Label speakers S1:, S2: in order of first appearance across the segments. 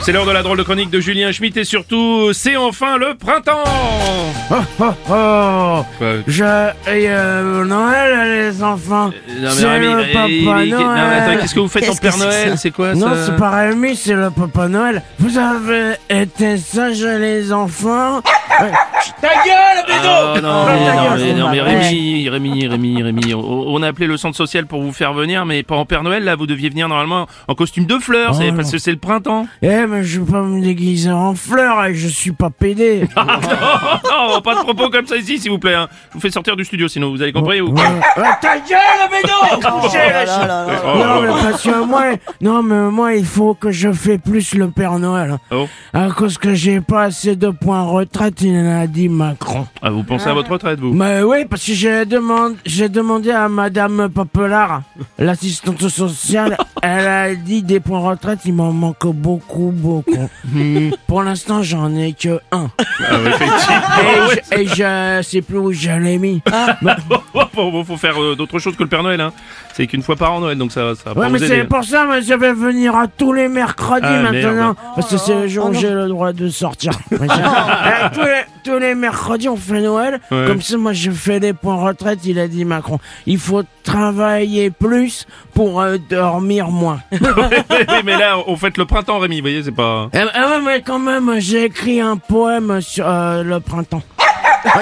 S1: C'est l'heure de la drôle de chronique de Julien Schmitt et surtout, c'est enfin le printemps
S2: Oh, oh, oh
S1: Quoi
S2: Je... et, euh, Noël, les enfants
S1: Euh, Non, mais
S2: C'est
S1: Rémi,
S2: le
S1: il-
S2: Papa
S1: il- il-
S2: Noël
S1: non, mais attends, qu'est-ce que vous faites en
S3: Qu'est-ce
S1: Père
S3: que c'est que
S1: Noël
S3: ça
S1: C'est quoi
S2: Non,
S1: ça
S2: c'est pas Rémi, c'est le Papa Noël Vous avez été sages, les enfants Euh,
S1: Ah, non, mais,
S2: ta
S1: non,
S2: gueule,
S1: mais,
S2: c'est
S1: non, mais
S2: ma mère.
S1: Rémi, Rémi, Rémi, Rémi, on on a appelé le centre social pour vous faire venir, mais pas en Père Noël, là, vous deviez venir normalement en costume de fleurs, c'est
S2: Oh,
S1: parce
S2: non.
S1: que c'est le printemps.
S2: Eh, mais je vais pas me déguiser en fleur, et je suis pas pédé
S1: Oh, oh, pas de propos comme ça ici, s'il vous plaît. hein. Je vous fais sortir du studio, sinon vous avez compris ou... Ah,
S2: Ouais. Euh, Ta gueule, bédo Couchez, la chi-
S1: Oh,
S2: Non, mais
S1: oh,
S2: parce que moi... Non, mais moi, il faut que je fais plus le Père Noël
S1: oh.
S2: À cause que j'ai pas assez de points retraite, il en a dit Macron
S1: Ah, vous pensez à votre retraite, vous
S2: Mais oui, parce que j'ai demandé, j'ai demandé à Madame Popelard, l'assistante sociale, elle a dit des points retraite, il m'en manque beaucoup, beaucoup. Pour l'instant, j'en ai que un.
S1: Ah, oui, effectivement.
S2: Et je, et je sais plus où je l'ai mis.
S1: Bon, bon, faut faire euh, d'autres choses que le Père Noël, hein. C'est qu'une fois par an Noël, donc ça, ça va pas
S2: Ouais,
S1: vous
S2: mais
S1: aider,
S2: c'est
S1: hein.
S2: pour ça, mais je vais venir à tous les mercredis
S1: Ah,
S2: maintenant.
S1: merde.
S2: Parce que c'est le jour où j'ai le droit de sortir. Euh, tous, les, tous les mercredis, on fait Noël.
S1: Ouais.
S2: Comme ça, moi, je fais les points retraite, il a dit Macron. Il faut travailler plus pour euh, dormir moins. Eh,
S1: Oui, mais là, on fête le printemps, Rémi, vous voyez, c'est pas...
S2: Euh, ah ouais, mais quand même, j'ai écrit un poème sur euh, le printemps. Oh,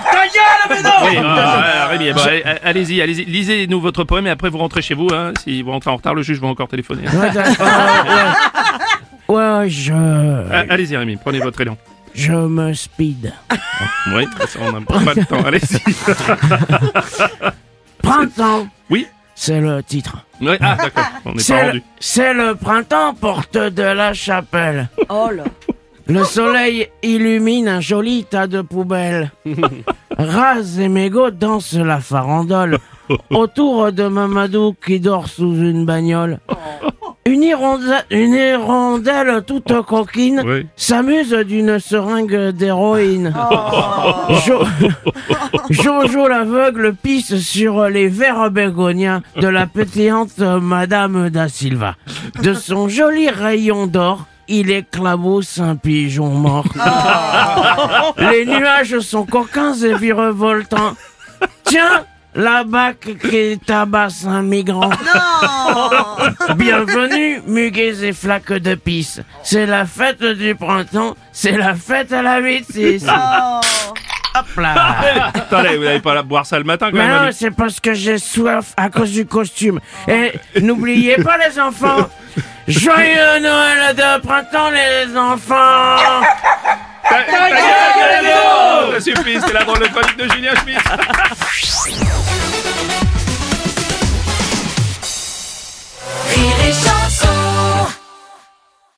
S1: Oui, ah, ah, Rémi, eh ben, allez- allez-y, allez-y, lisez-nous votre poème et après vous rentrez chez vous. Hein. Si vous rentrez en retard, le juge va encore téléphoner. hein.
S2: Ouais, euh, ouais. Ouais, je,
S1: Ah, Allez-y, Rémi, prenez votre élan.
S2: je me speed.
S1: Oui, ça, on n'a pas le temps, allez-y.
S2: Printemps,
S1: Oui
S2: c'est le titre.
S1: Ouais, Ah, d'accord, on n'est
S2: C'est
S1: pas
S2: le-
S1: rendu.
S2: C'est le printemps, porte de la chapelle.
S3: Oh là.
S2: Le soleil illumine un joli tas de poubelles. Raz et Mégo dansent la farandole autour de Mamadou qui dort sous une bagnole.
S3: Oh.
S2: Une, hirondelle- une hirondelle toute coquine
S1: Oui.
S2: s'amuse d'une seringue d'héroïne. Jo- Jojo l'aveugle pisse sur les verres bégoniens de la pétillante Madame da Silva. De son joli rayon d'or, il éclabousse un pigeon mort. Les nuages sont coquins et virevoltants. Tiens, la bac qui tabasse un migrant. Bienvenue, muguets et flaques de pisse. C'est la fête du printemps, c'est la fête à la 8-6. Hop là
S1: Putain, là, vous n'allez pas la boire ça le matin, quand
S2: Mais
S1: même.
S2: non,
S1: Rémi.
S2: c'est parce que j'ai soif à cause du costume. Et n'oubliez pas les enfants, joyeux Noël de printemps les enfants
S1: Ta- ta gueule, Rémi, Ça suffit, c'est la drôle de chronique de Julien Schmitt.